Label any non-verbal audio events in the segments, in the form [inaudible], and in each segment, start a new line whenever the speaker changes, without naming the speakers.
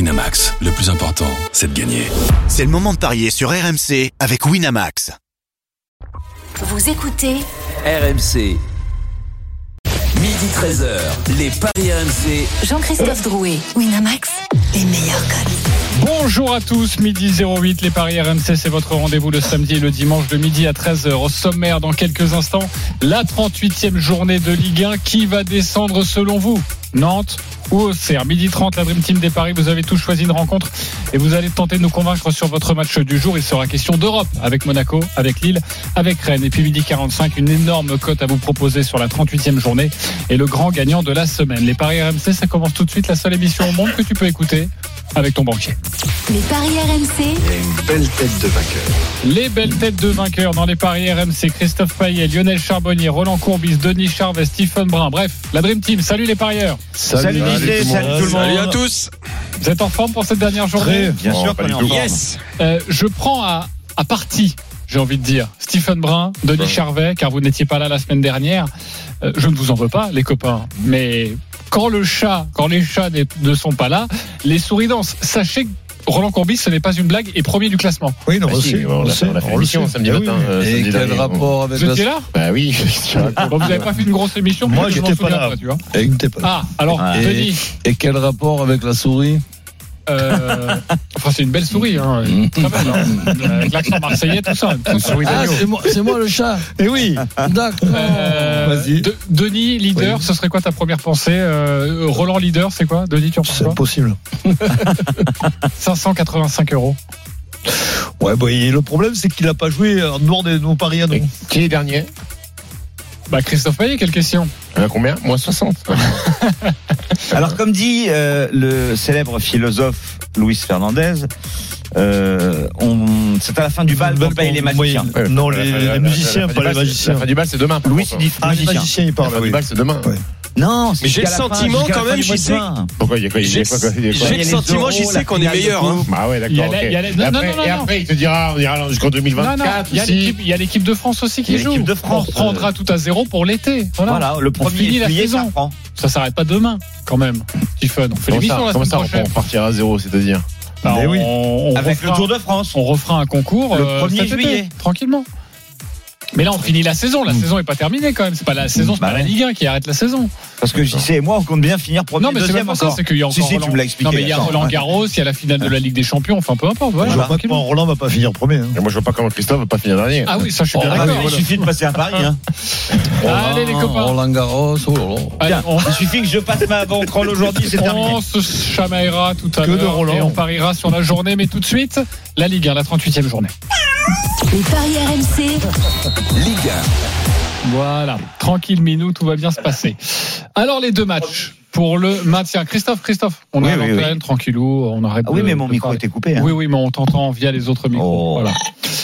Winamax, le plus important, c'est de gagner.
C'est le moment de parier sur RMC avec Winamax.
Vous écoutez
RMC. Midi 13h, les Paris RMC.
Jean-Christophe Drouet, Winamax, les meilleurs codes.
Bonjour à tous, midi 08, les Paris RMC, c'est votre rendez-vous le samedi et le dimanche de midi à 13h au sommaire dans quelques instants. La 38e journée de Ligue 1, qui va descendre selon vous Nantes ou Auxerre Midi 30, la Dream Team des Paris, vous avez tous choisi une rencontre et vous allez tenter de nous convaincre sur votre match du jour. Il sera question d'Europe avec Monaco, avec Lille, avec Rennes. Et puis midi 45, une énorme cote à vous proposer sur la 38e journée et le grand gagnant de la semaine. Les Paris RMC, ça commence tout de suite, la seule émission au monde que tu peux écouter avec ton banquier.
Les paris RMC,
Les belles têtes de vainqueurs dans les paris RMC, Christophe Payet, Lionel Charbonnier, Roland Courbis, Denis Charvet, Stephen Brun. Bref, la Dream Team, salut les parieurs.
Salut, Didier, salut tout le monde.
Salut à tous.
Vous êtes en forme pour cette dernière journée
Très, bien sûr qu'on est en forme.
Yes.
Euh, Je prends à, à partie, j'ai envie de dire, Stephen Brun, Denis Charvet, car vous n'étiez pas là la semaine dernière. Euh, je ne vous en veux pas, les copains, mais quand le chat, quand les chats n'est- ne sont pas là, les souris dansent. Sachez que Roland Courbis, ce n'est pas une blague, est premier du classement.
Oui, non,
Bah si, on l'a fait- on l'a fait l'émission samedi
Ah oui,
matin.
oui.
euh, samedi
Et quel
dernier.
rapport avec
Vous
la...
étiez là
Bah oui. [laughs]
Bon, Vous n'avez pas fait une grosse émission
Moi,
peut-être que je
j'étais
m'en
pas
souviens
là.
tu vois.
Eh, t'es pas-
Ah, alors,
Ah.
Denis,
Et quel rapport avec la souris
Euh, enfin, c'est une belle souris, hein.
Mmh.
Mm.
Très belle, hein. Euh, Avec l'accent marseillais, tout ça. Une souris
Ah,
d'agneau.
c'est moi, c'est moi le chat.
Et oui,
D'accord.
Euh,
Vas-y.
De- Denis, leader,
Oui.
ce serait quoi ta première pensée Euh, Roland, leader, c'est quoi Denis, tu en penses
C'est
quoi
impossible.
585 euros.
ouais, bah, et le problème c'est qu'il n'a pas joué en dehors de nos paris à nous.
Qui est dernier
Bah, Christophe Payet, quelle question
Euh, Combien Moins 60.
Alors comme dit euh, le célèbre philosophe Luis Fernandez, euh, on- c'est à la fin du bal qu'on paye les magiciens.
Ouais.
Non,
La-
les,
la-
les
la- la-
musiciens,
la-
pas
la-
les
la- La
magiciens.
fin du bal, c'est demain. par
Louis
contre.
dit
Ah, les
magicien.
magiciens, il
La
parle.
fin
oui.
du bal, c'est demain.
Ouais.
Non, c'est
Mais j'ai
jusqu'à
le
la fin,
sentiment
jusqu'à la
quand
fin
même,
du
j'y
mois de
sais.
juin.
Pourquoi il y a quoi il y a
J'ai
quoi- il y a quoi-
Il y a
j'ai le
les
sentiment,
euros,
j'y
la
sais qu'on est
finale de
meilleur. hein.
coupe.
Bah ouais,
Il y a
d'accord.
la-
ok.
il y a la-
Et
non,
après-
non, non,
Et
non.
après, il te dira, on ira jusqu'en
Non, non,
2024.
il y a
si.
l'équipe- il y a l'équipe de France aussi
Il
qui
y a
joue.
l'équipe de France,
On reprendra
euh,
tout à zéro pour l'été. Voilà.
Voilà,
finit
le premier
la
juillet,
saison.
ça reprend.
Ça s'arrête pas demain, quand même. Stephen, on fait
Comment ça,
l'émission la
comment
semaine
ça, on
prochaine.
partira à zéro, c'est-à-dire
Bah,
Mais oui.
on- on
Avec le
refera-
Tour de France.
on refera un concours
Le
euh,
1er
cet été,
juillet. Mmh.
tranquillement. Mais là, on finit la saison. La saison est pas terminée quand même. C'est pas la saison, c'est
Bah
pas la
ouais.
Ligue 1 qui arrête la saison.
Parce que JC et moi, on compte bien finir premier,
non, mais c'est même
deuxième
pas ça.
encore.
C'est qu'il y a
Si,
encore.
si, tu
Roland...
me l'as expliqué.
non, mais il y a
Attends.
Roland Garros, il y a la finale de la Ligue des Champions. Enfin, peu importe. voilà,
Je vois pas
tranquillement.
comment Roland va pas finir premier. hein.
Et Moi, je vois pas comment Christophe va pas finir dernier.
Ah oui, ça, je suis bien
Ah, mais
d'accord.
Il suffit de passer à Paris. hein.
Allez, les copains.
Roland Garros. Oh là là.
Allez,
Tiens,
on...
Il suffit que je passe ma banque aujourd'hui, c'est terminé.
on se chamaillera tout à
Que de
l'heure
Roland.
et on pariera sur la journée, mais tout de suite, la Ligue 1, la 38e journée.
les paris RMC,
Ligue
Voilà, tranquille Minou, tout va bien se passer. Alors les deux matchs pour le maintien. Christophe, Christophe, on
Oui,
est à
oui,
l'antenne, tranquillou, on arrête.
Ah oui,
de-
mais mon
de
micro
parler.
était coupé. hein.
Euh, Oui, oui, mais on t'entend via les autres micros.
Oh.
Voilà.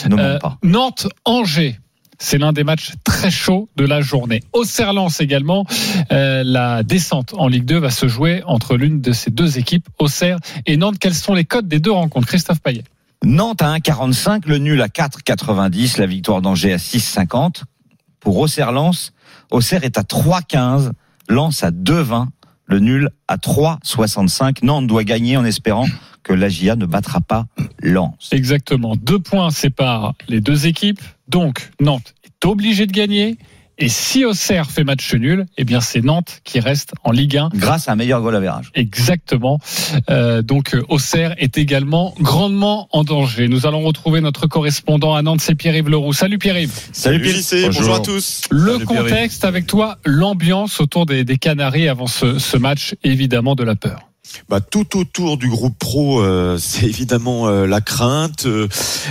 Ne
Euh,
monte pas.
Nantes-Angers. C'est l'un des matchs très chauds de la journée. Au Serlance également, euh, la descente en Ligue 2 va se jouer entre l'une de ces deux équipes, Auxerre et Nantes. Quels sont les codes des deux rencontres Christophe Payet.
Nantes à 1,45, le nul à 4,90, la victoire d'Angers à 6,50. Pour Auxerre-Lens, Auxerre est à 3,15, Lens à 2,20, le nul à 3,65. Nantes doit gagner en espérant que l'AGIA ne battra pas Lens.
Exactement. Deux points séparent les deux équipes. Donc, Nantes est obligé de gagner. Et si Auxerre fait match nul, eh bien, c'est Nantes qui reste en Ligue 1.
Grâce à un meilleur goal à verrage.
Exactement. Euh, donc euh, Auxerre est également grandement en danger. Nous allons retrouver notre correspondant à Nantes, c'est Pierre-Yves Leroux. Salut Pierre-Yves.
Salut
Salut,
Pierre.
JC, bonjour
Bonjour.
à tous.
Le
Salut, Pierre-Yves.
contexte avec toi, l'ambiance autour des, des Canaries avant ce, ce match, évidemment de la peur.
Bah, tout autour du groupe pro, euh, c'est évidemment euh, la crainte, euh,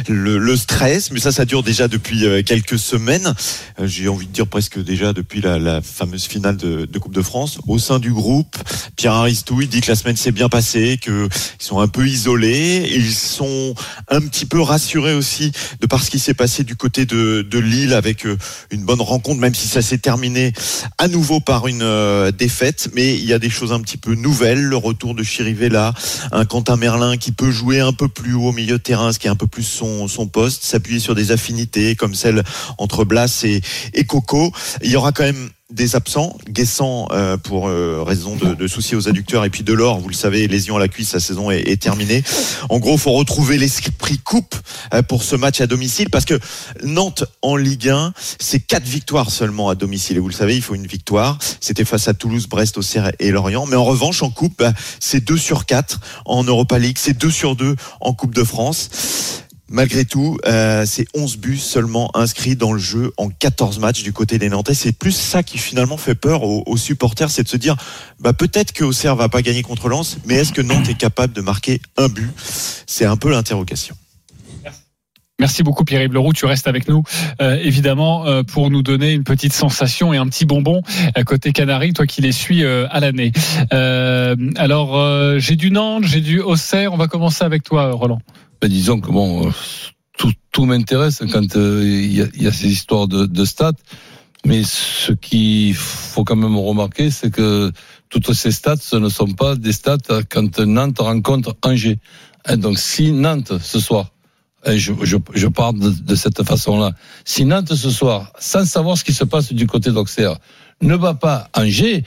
le, le stress, mais ça, ça dure déjà depuis euh, quelques semaines. Euh, J'ai envie de dire presque déjà depuis la, la fameuse finale de, de Coupe de France. Au sein du groupe, Pierre Aristouille dit que la semaine s'est bien passée, que ils sont un peu isolés, ils sont un petit peu rassurés aussi de par ce qui s'est passé du côté de, de Lille avec euh, une bonne rencontre, même si ça s'est terminé à nouveau par une euh, défaite, mais il y a des choses un petit peu nouvelles. Le retour de Chirivella, un Quentin Merlin qui peut jouer un peu plus haut au milieu de terrain, ce qui est un peu plus son, son poste, s'appuyer sur des affinités comme celle entre Blas et, et Coco. Il y aura quand même des absents, Guessant euh, pour euh, raison de, de soucis aux adducteurs et puis Delors, vous le savez, lésion à la cuisse, sa saison est, est terminée. En gros, faut retrouver l'esprit coupe euh, pour ce match à domicile parce que Nantes en Ligue 1, c'est quatre victoires seulement à domicile et vous le savez, il faut une victoire. C'était face à Toulouse, Brest, Auxerre et Lorient, mais en revanche en coupe, bah, c'est 2 sur 4 en Europa League, c'est 2 sur 2 en Coupe de France. Malgré tout, euh, c'est 11 buts seulement inscrits dans le jeu en 14 matchs du côté des Nantais. C'est plus ça qui finalement fait peur aux, aux supporters, c'est de se dire bah, peut-être que Auxerre va pas gagner contre Lens, mais est-ce que Nantes est capable de marquer un but C'est un peu l'interrogation.
Merci beaucoup Pierre-Yves Leroux, tu restes avec nous euh, évidemment euh, pour nous donner une petite sensation et un petit bonbon à côté Canary, toi qui les suis euh, à l'année. Euh, alors euh, j'ai du Nantes, j'ai du Auxerre, on va commencer avec toi euh, Roland.
Ben, disons que bon, euh, tout, tout m'intéresse quand euh, il y, a, il y a ces histoires de, de stats. Mais ce qu'il faut quand même remarquer, c'est que toutes ces stats, ce ne sont pas des stats quand Nantes rencontre Angers. Hein, donc si Nantes ce soir, hein, je, je, je parle de, de cette façon-là, si Nantes ce soir, sans savoir ce qui se passe du côté d'Auxerre, ne bat pas Angers,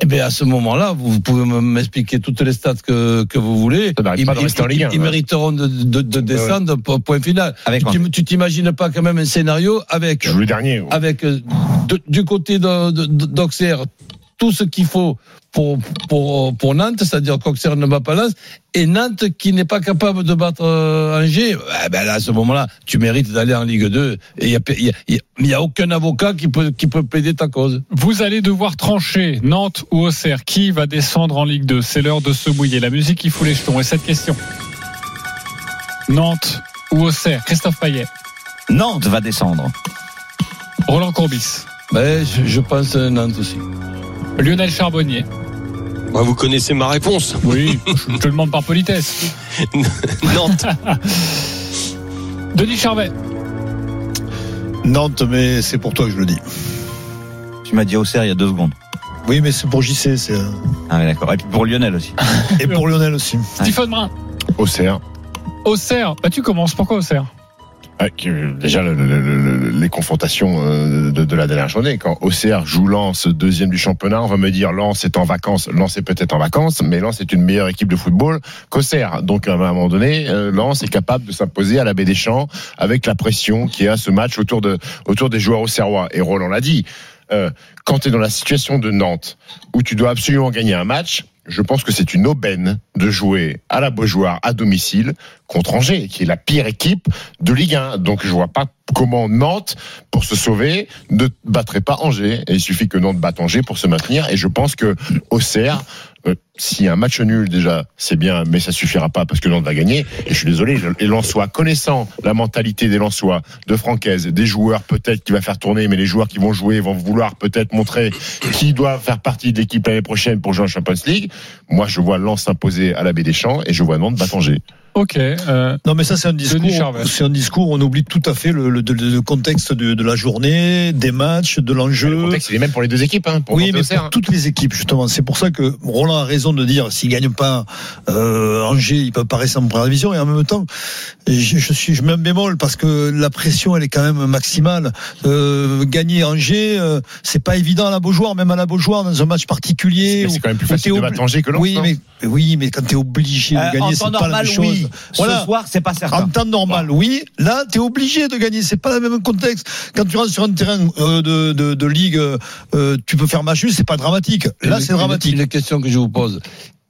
eh bien à ce moment-là, vous, vous pouvez me- m'expliquer toutes les stats que, que vous voulez.
Ça mérite
Ils-
pas de
ils-
rester en Ligue un, hein.
ils- ils
ouais.
mériteront de, de, de descendre pour point final.
Avec
Tu t'im- Tu t'imagines pas quand même un scénario avec
Je joue le dernier. gros.
avec euh, de- du côté de- de- de- d'Auxerre tout ce qu'il faut pour, pour, pour Nantes, c'est-à-dire qu'Auxerre ne bat pas Lens, et Nantes qui n'est pas capable de battre euh, Angers, eh ben là, à ce moment-là, tu mérites d'aller en Ligue 2. Et il n'y a, pe- il y a- il y a aucun avocat qui peut, qui peut plaider ta cause.
Vous allez devoir trancher Nantes ou Auxerre, qui va descendre en Ligue 2 C'est l'heure de se mouiller, la musique qui fout les jetons. Et cette question Nantes ou Auxerre Christophe Payet,
Nantes va descendre.
Roland Courbis,
Ben, je, je pense à Nantes aussi.
Lionel Charbonnier.
vous connaissez ma réponse.
Oui, [laughs] je te le demande par politesse.
Nantes.
Denis Charvet,
Nantes, mais c'est pour toi que je le dis.
Tu m'as dit Auxerre il y a deux secondes.
Oui, mais c'est pour JC. c'est-
Ah, ouais, d'accord. Et puis pour Lionel aussi.
Et pour Lionel aussi.
Stephen Brun,
Auxerre.
Auxerre. Bah tu commences, pourquoi Auxerre
Ouais, qui, euh, déjà, le- le- le- le- les confrontations euh, de, de la dernière journée. Quand Auxerre joue Lens, deuxième du championnat, on va me dire Lens est en vacances. Lens est peut-être en vacances, mais Lens est une meilleure équipe de football qu'Auxerre. Donc, à un moment donné, euh, Lens est capable de s'imposer à la Baie des Champs avec la pression qu'il y a à ce match autour, de, autour des joueurs auxerrois. Et Roland l'a dit. euh, quand tu es dans la situation de Nantes, où tu dois absolument gagner un match, je pense que c'est une aubaine de jouer à la Beaujoire à domicile contre Angers, qui est la pire équipe de Ligue 1. Donc je vois pas comment Nantes, pour se sauver, ne battrait pas Angers. Et il suffit que Nantes batte Angers pour se maintenir. Et je pense que Auxerre, euh, s'il y a un match nul déjà, c'est bien, mais ça suffira pas parce que Nantes va gagner. Et je suis désolé, les Lensois, connaissant la mentalité des Lensois, de Francaise, des joueurs peut-être qui va faire tourner, mais les joueurs qui vont jouer vont vouloir peut-être montrer qui doit faire partie de l'équipe l'année prochaine pour jouer en Champions League. Moi, je vois Lens s'imposer à la Baie des Champs et je vois Nantes battre Angers.
Ok. euh,
Non, mais ça, c'est un
Denis
discours.
Charvet.
C'est un discours. On oublie tout à fait le, le- le- le contexte de, de la journée, des matchs, de l'enjeu.
Euh,
Le contexte, il est même pour les deux équipes, hein, pour
oui,
Nantes et
mais
Auxerre,
pour toutes les équipes, justement. C'est pour ça que Roland a raison de dire s'il gagne pas euh, Angers, il peut pas rester en première division. Et en même temps, je, je suis, je mets un bémol parce que la pression, elle est quand même maximale. Euh, gagner Angers, euh, c'est pas évident à la Beaujoire, même à la Beaujoire, dans un match particulier.
Mais
où-
c'est quand même plus
où t'es
facile de
obli-
battre Angers que Lens.
oui,
non
mais, oui, mais quand t'es obligé
Euh,
de
en
gagner,
temps
c'est pas la
normal,
même chose.
oui.
Voilà. Ah,
Ce soir, c'est pas
Ah
certain.
En temps normal, oui. Là, tu es obligé de gagner. C'est pas le même contexte. Quand tu rentres sur un terrain euh, de, de, de ligue, euh, tu peux faire match nul, c'est pas dramatique. Là,
Une-
c'est
une-
dramatique.
Une question que je vous pose.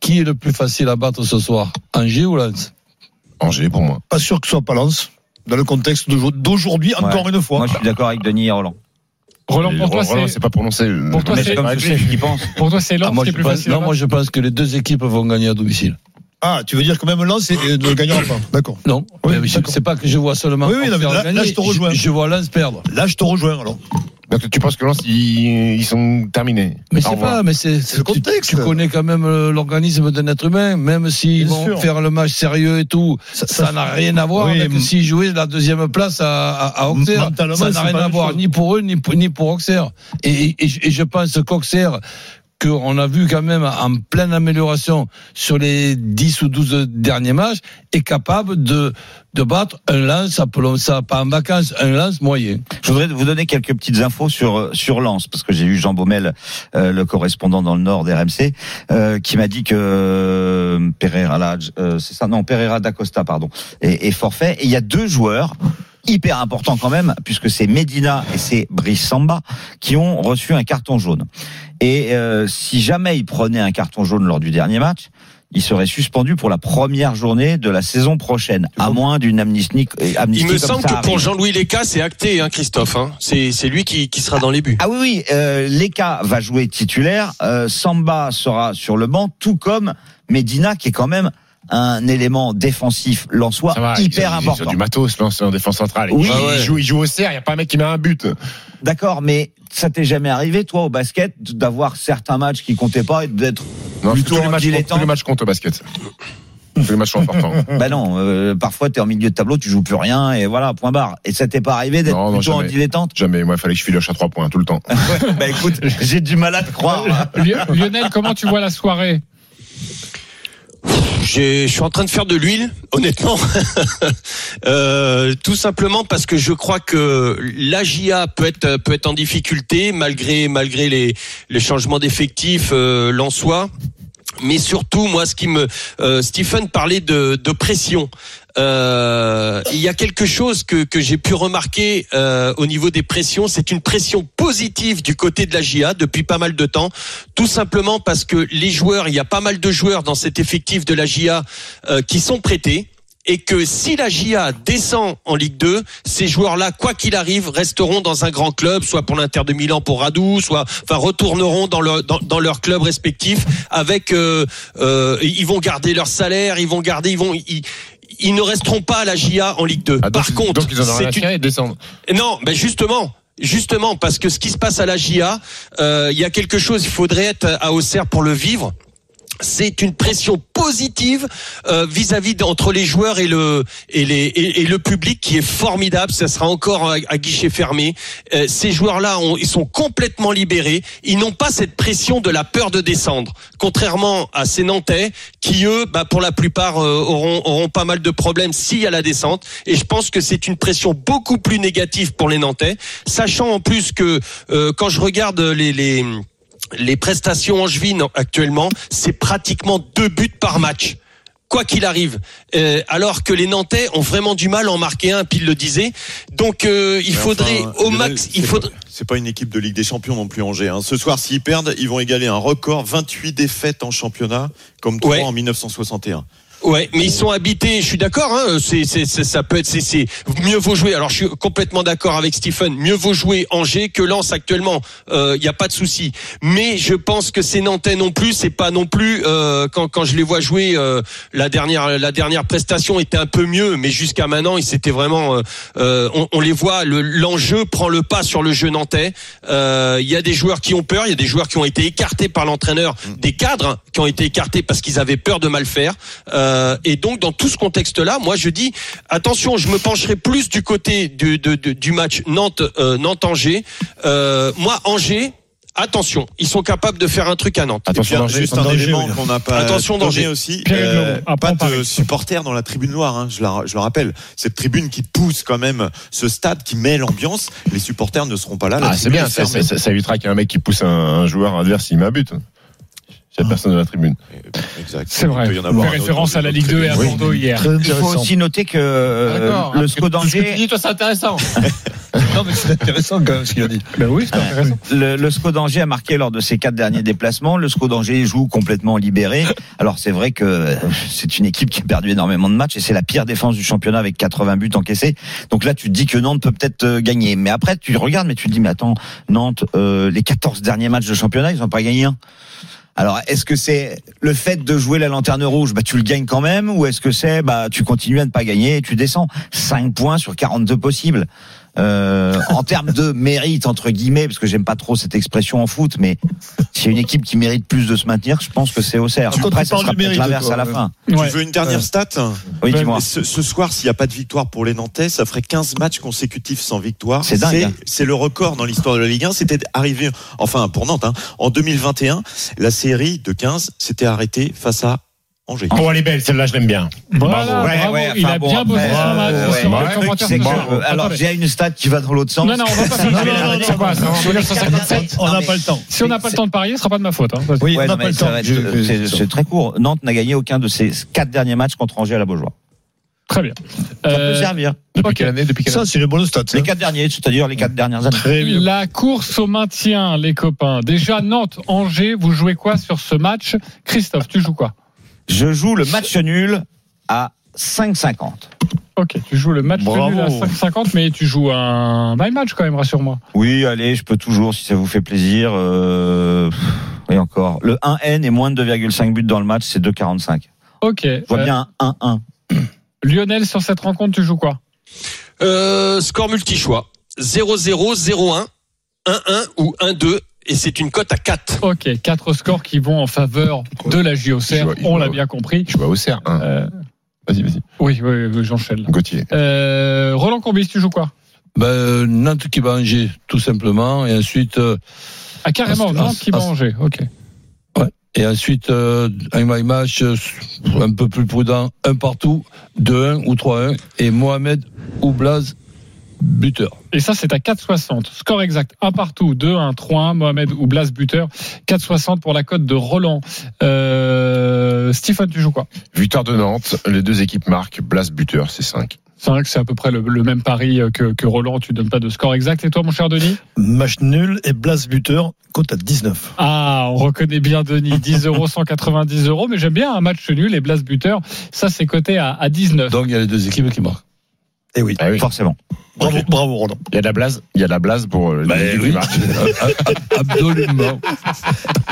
Qui est le plus facile à battre ce soir Angers ou Lens
Angers pour moi.
Pas sûr que ce soit Palance dans le contexte d'aujourd'hui- d'aujourd'hui, encore
Ouais.
une fois.
Moi, je suis d'accord avec Denis et Roland.
Roland,
Et
pour toi,
Roland, c'est
c'est
pas prononcé. euh,
Pour toi,
Mais
c'est-
c'est comme
Ouais,
je sais ce qu'ils pensent.
pour toi c'est Lens
Ah, moi,
qui est
je
plus
pense-
facile.
non,
à
moi je pense que les deux équipes vont gagner à domicile.
Ah, tu veux dire que même Lens euh, ne gagnera pas. D'accord.
Non,
Oui,
mais je-
d'accord.
c'est pas que je vois seulement.
Oui, oui, non, mais
Auxerre
là- là, je te rejoins.
Je, vois Lens perdre.
Là, je te rejoins alors.
Donc tu penses que Lens, ils, ils sont terminés.
Mais
Au
c'est
revoir.
pas, mais c'est c'est-
le
tu-
contexte.
Tu, connais quand même euh, l'organisme d'un être humain, même s'ils
Bien
vont
sûr.
faire le match sérieux et tout,
Ça- ça-
ça n'a rien à voir
Oui,
avec
m-
s'ils jouaient la deuxième place à, à, à Auxerre.
Mentalement,
Ça
c'est
n'a rien
pas la
à
même
voir
chose.
ni pour eux ni pour, ni pour Auxerre. Et, et- et je- et je pense qu'Auxerre
qu'on a vu quand même en pleine amélioration sur les 10 ou 12 derniers matchs, est capable de, de battre un lance, appelons ça pas en vacances, un lance moyen.
Je voudrais vous donner quelques petites infos sur euh, sur Lens parce que j'ai eu Jean Baumel, euh, le correspondant dans le Nord d'RMC, euh, qui m'a dit que euh, Pereira, là, euh, c'est ça, non Pereira d'Acosta, pardon, est, est forfait. Et il y a deux joueurs hyper importants quand même, puisque c'est Medina et c'est Brice Samba qui ont reçu un carton jaune. Et euh, si jamais ils prenaient un carton jaune lors du dernier match. ils seraient suspendus pour la première journée de la saison prochaine, à moins d'une amnistie. amnistie
Il me
comme
semble
ça
que pour
arrive.
Jean-Louis Léca, c'est acté, hein, Christophe. Hein. C'est c'est lui qui, qui sera dans les buts.
Ah oui, oui, euh, Leka va jouer titulaire, euh, Samba sera sur le banc, tout comme Medina, qui est quand même un élément défensif lensois
Ça va,
hyper
ils ont- Ils ont
important.
du matos, Lens, en défense centrale.
Oui.
Ils,
Ah
ils jouent, ils jouent au cerf, il n'y a pas un mec qui met un but.
D'accord, mais ça t'est jamais arrivé, toi, au basket, d'avoir certains matchs qui comptaient pas et d'être...
Non, tous,
Plutôt en
les matchs, comptent-
dilettante.
tous les matchs comptent au basket. tous les matchs sont importants.
Bah non, euh, parfois t'es en milieu de tableau, tu joues plus rien, et voilà, point barre. Et ça t'est pas arrivé d'être
Non, non,
plutôt en
jamais. [laughs]
dilettante
Jamais, moi, il fallait que je filoche à trois points tout le
Euh,
temps.
Ouais, Bah écoute, j'ai du mal à te croire. hein.
Lio- Lionel, comment tu vois la soirée
J'ai- Je suis en train de faire de l'huile, honnêtement. [laughs] Euh, tout simplement parce que je crois que l'AGIA peut être peut être en difficulté malgré malgré les les changements d'effectifs euh, l'Ansois. Mais surtout, moi, ce qui me euh, Stephen parlait de, de pression. Euh, il y a quelque chose que, que j'ai pu remarquer euh, au niveau des pressions, c'est une pression positive du côté de la GIA depuis pas mal de temps, tout simplement parce que les joueurs, il y a pas mal de joueurs dans cet effectif de la GIA euh, qui sont prêtés. Et que si la GIA descend en Ligue 2, ces joueurs-là, quoi qu'il arrive, resteront dans un grand club, soit pour l'Inter de Milan pour Radou, soit enfin retourneront dans leur dans, dans leur club respectif. Avec, euh, euh, ils vont garder leur salaire, ils vont garder, ils vont ils, ils ne resteront pas à la GIA en Ligue 2.
Ah, donc,
Par contre,
donc ils en ont rien à
c'est une-
cirer et descendent.
non, ben justement. Justement, parce que ce qui se passe à la GIA, euh, il y a quelque chose, il faudrait être à Auxerre pour le vivre. C'est une pression positive euh, vis-à-vis d'entre entre les joueurs et le et les et, et le public qui est formidable. Ça sera encore à, à guichet fermé. Euh, ces joueurs-là, ont- ils sont complètement libérés. Ils n'ont pas cette pression de la peur de descendre, contrairement à ces Nantais qui eux, bah, pour la plupart, euh, auront auront pas mal de problèmes s'il y a la descente. Et je pense que c'est une pression beaucoup plus négative pour les Nantais, sachant en plus que euh, quand je regarde les les les prestations angevines actuellement, c'est pratiquement deux buts par match. Quoi qu'il arrive, Euh, alors que les Nantais ont vraiment du mal à en marquer un, puis il le disait. Donc euh, il
Mais
faudrait
enfin,
au
Lionel,
max, il
c'est
faudrait.
pas- C'est pas une équipe de Ligue des Champions non plus Angers. Hein. Ce soir, s'ils perdent, ils vont égaler un record 28 défaites en championnat, comme trois
Ouais.
en 1961.
Ouais, mais ils sont habités. Je suis d'accord. Hein, c'est, c'est, c'est- ça peut être. C'est, c'est mieux vaut jouer. Alors, je suis complètement d'accord avec Stephen. Mieux vaut jouer Angers que Lens actuellement. Il n'y a pas de souci. Mais je pense que c'est Nantais non plus. C'est pas non plus euh, quand quand je les vois jouer. euh, la dernière la dernière prestation était un peu mieux, mais jusqu'à maintenant, ils s'étaient vraiment. euh, euh, on, on les voit. Le, l'enjeu prend le pas sur le jeu nantais. Euh, Il y a des joueurs qui ont peur. Il y a des joueurs qui ont été écartés par l'entraîneur.
Mm.
Des cadres qui ont été écartés parce qu'ils avaient peur de mal faire. Euh, et donc, dans tout ce contexte-là, moi, je dis attention, je me pencherai plus du côté du, de- de- du match Nantes euh, Nantes-Angers. Euh, moi, Angers, attention, ils sont capables de faire un truc à Nantes.
Attention,
Et puis,
danger,
juste
c'est
un
un danger,
élément
oui.
qu'on n'a pas
Attention,
donné
danger.
aussi.
Pierre
euh,
Aiglon, à
pas
Pont
de
Paris.
supporters dans la tribune noire. hein, je, la- je le rappelle, cette tribune qui pousse quand même euh, ce stade, qui met l'ambiance. Les supporters ne seront pas là. la
Ah, c'est
tribune
bien,
est
ça,
fermée.
ça, ça- ça évitera qu'il y ait un mec qui pousse un, un joueur adverse, il met un but. C'est la personne de la tribune.
Exact.
C'est
Il
vrai.
peut y en
On
avoir
fait
un autre
référence
dans
à la
une
Ligue
autre
2 et à
tribune.
Bordeaux hier.
Très
Il faut
intéressant.
aussi noter que euh, le SCO d'Angers
toi, c'est intéressant.
Non, mais c'est intéressant quand même ce qu'il a dit.
Ben oui,
Ah,
c'est intéressant.
Le, le SCO d'Angers a marqué lors de ses quatre derniers déplacements. Le SCO d'Angers joue complètement libéré. Alors c'est vrai que euh, c'est une équipe qui a perdu énormément de matchs et c'est la pire défense du championnat avec 80 buts encaissés. Donc là tu te dis que Nantes peut peut-être euh, gagner. Mais après tu regardes mais tu te dis mais attends Nantes euh, les 14 derniers matchs de championnat ils n'ont pas gagné un. Alors est-ce que c'est le fait de jouer la lanterne rouge bah tu le gagnes quand même ou est-ce que c'est bah tu continues à ne pas gagner et tu descends 5 points sur 42 possibles. euh, en termes de mérite entre guillemets, parce que j'aime pas trop cette expression en foot, mais s'il y a une équipe qui mérite plus de se maintenir, je pense que c'est Auxerre.
Quand
Après,
tu
ça
parles
sera
du
peut-être
mérite,
l'inverse
toi,
à la
ouais.
fin.
Ouais.
Tu veux une
Euh,
dernière stat
Oui, dis-moi.
ce, ce soir, s'il n'y a pas de victoire pour les Nantais, ça ferait 15 matchs consécutifs sans victoire.
C'est dingue, hein.
C'est le record dans l'histoire de la Ligue 1. C'était arrivé, enfin pour Nantes, hein, en 2021, la série de 15 s'était arrêtée face à Angers.
[laughs]
Ah.
Oh, elle est belle, celle-là, je l'aime bien.
Voilà,
Bravo.
Ouais,
bravo,
ouais,
il
enfin
a
bon,
bien bossé
après,
son
euh,
match.
ouais.
sur le
Le
truc,
commentaire
c'est
de
que,
Gérard.
euh, alors
Attendez.
j'ai une stat qui va dans l'autre sens.
Non, non, on va pas faire ça.
non, non, non,
C'est quoi,
non,
ça,
non,
on est sur 57.
On n'a
mais-
pas le temps.
Si on n'a pas le temps de parier, ce sera pas de ma faute. hein.
Oui,
Ouais,
on
non,
n'a pas
mais
le
ça
temps.
va être-
Je-
c'est- C'est très court. Nantes n'a gagné aucun de ses quatre derniers matchs contre Angers à la Beaujoire.
Très bien.
Ça
Euh,
peut servir.
Depuis
ok.
quelle année Depuis quelle
Ça, c'est le bonus stat. hein.
Les quatre derniers, c'est-à-dire les
Mm.
quatre dernières années.
Très bien.
La course au maintien, les copains. Déjà, Nantes, Angers, vous jouez quoi sur ce match Christophe, tu joues quoi
Je joue le match nul à 5,50.
Ok, tu joues le match
Bravo.
nul à 5,50, mais tu joues un my match quand même, rassure-moi.
Oui, allez, je peux toujours, si ça vous fait plaisir. Euh... Et encore. Le 1N et moins de 2,5 buts dans le match, c'est 2,45.
Ok.
Je vois
Euh,
bien un 1-1.
Lionel, sur cette rencontre, tu joues quoi
Euh, score multi-choix 0-0, 0-1, 1-1 ou 1-2. Et c'est une cote à 4.
Ok, quatre scores qui vont en faveur de la
Je
JOCR,
vois- je
on
vois-
l'a bien compris.
Je vois Auxerre. hein.
Euh,
Vas-y, vas-y.
oui, oui, oui, j'enchaîne. là.
Gauthier.
Euh, Roland Courbis, tu joues quoi
Ben, Nantes qui va Angers, tout simplement. Et ensuite, euh,
Ah, carrément,
Ah,
Nantes qui
ah,
va Angers. Ok.
et ensuite euh, un my match euh, un peu plus prudent, un partout, 2-1 ou 3-1. Et Mohamed ou Blaze, buteur.
Et ça, c'est à 4,60. Score exact, un partout, 2-1, 3-1, Mohamed ou Blas buteur. 4,60 pour la cote de Roland. Euh, Stéphane, tu joues quoi
Victoire de Nantes, les deux équipes marquent, Blas buteur, c'est 5.
C'est vrai que c'est à peu près le, le même pari euh, que, que Roland, tu donnes pas de score exact. Et toi, mon cher Denis
Match nul et Blas buteur, cote à 19.
Ah, on reconnaît bien [laughs] Denis, 10 euros, 190 euros, mais j'aime bien un match nul et Blas buteur. Ça, c'est coté à, à 19.
Donc il y a les deux équipes qui marquent.
Eh oui.
Ah oui.
Forcément.
Bravo, bravo Roland.
Il y a de la blase, il y a de la blase pour euh, les
Bah, eh
deux équipes qui marquent.
[laughs]
Absolument.
[laughs]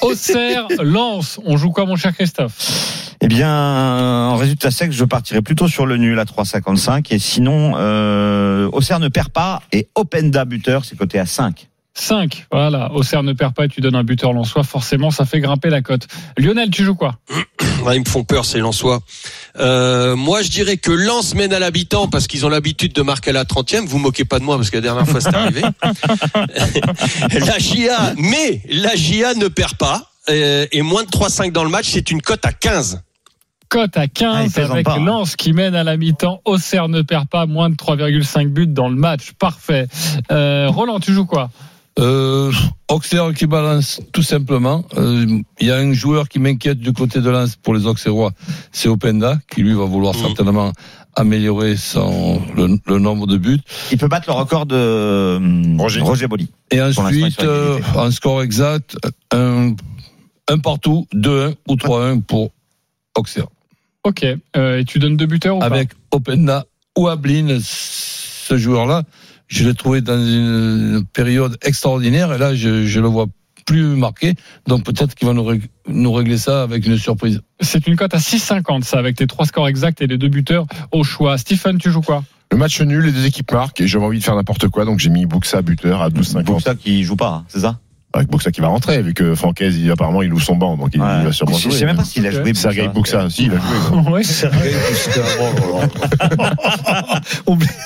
Auxerre, Lens, on joue quoi, mon cher Christophe
Eh bien, euh, en résultat sec, je partirai plutôt sur le nul à 3,55. Et sinon, euh, Auxerre ne perd pas et Openda buteur, c'est coté à 5.
5, voilà. Auxerre ne perd pas et tu donnes un buteur Lensois, forcément, ça fait grimper la cote. Lionel, tu joues quoi
Ouais, ils me font peur, ces Lensois. Euh, moi, je dirais que Lens mène à l'habitant parce qu'ils ont l'habitude de marquer à la 30e. Vous moquez pas de moi parce que la dernière fois,
[laughs]
c'est arrivé. la GIA, mais la GIA ne perd pas. euh, Et moins de 3-5 dans le match, c'est une cote à 15.
Cote à
Ah, il
15
plaisante
avec
pas, hein.
Lens qui mène à la mi-temps. Auxerre ne perd pas moins de 3,5 buts dans le match. Parfait. Euh, Roland, tu joues quoi
Euh, Auxerre qui balance tout simplement. Euh, Il y a un joueur qui m'inquiète du côté de Lens pour les Auxerrois, c'est Openda, qui lui va vouloir
Mhm.
certainement améliorer son, le, le nombre de buts.
Il peut battre le record de euh,
Roger.
Roger Boli.
Et
Pour l'instant, ils
ensuite,
sont à égalité.
euh, en score exact, un, un partout, 2-1 ou 3-1 pour Auxerre.
Ok. Euh, et tu donnes deux buteurs ou pas
Avec Openda ou Ablin, ce joueur-là, je l'ai trouvé dans une période extraordinaire et là, je, je le vois plus marqué. Donc peut-être qu'il va nous, rég- nous régler ça avec une surprise.
[laughs]
C'est une cote à 6,50 ça, avec tes trois scores exacts et les deux buteurs au choix. Stephen, tu joues quoi
Le match nul, les deux équipes marquent, et j'avais envie de faire n'importe quoi, donc j'ai mis Buxa buteur à 12,50.
Buxa qui joue pas, hein, c'est ça
Avec Buxa qui va rentrer, vu que Francaise, il, apparemment, il ouvre son banc, donc il,
Ouais.
il va sûrement
Je
jouer. hein.
sais même pas s'il a
Ok.
joué. Buxa.
Sergei Buxa, aussi, il a
Ah,
joué. quoi.
Ouais.
[laughs]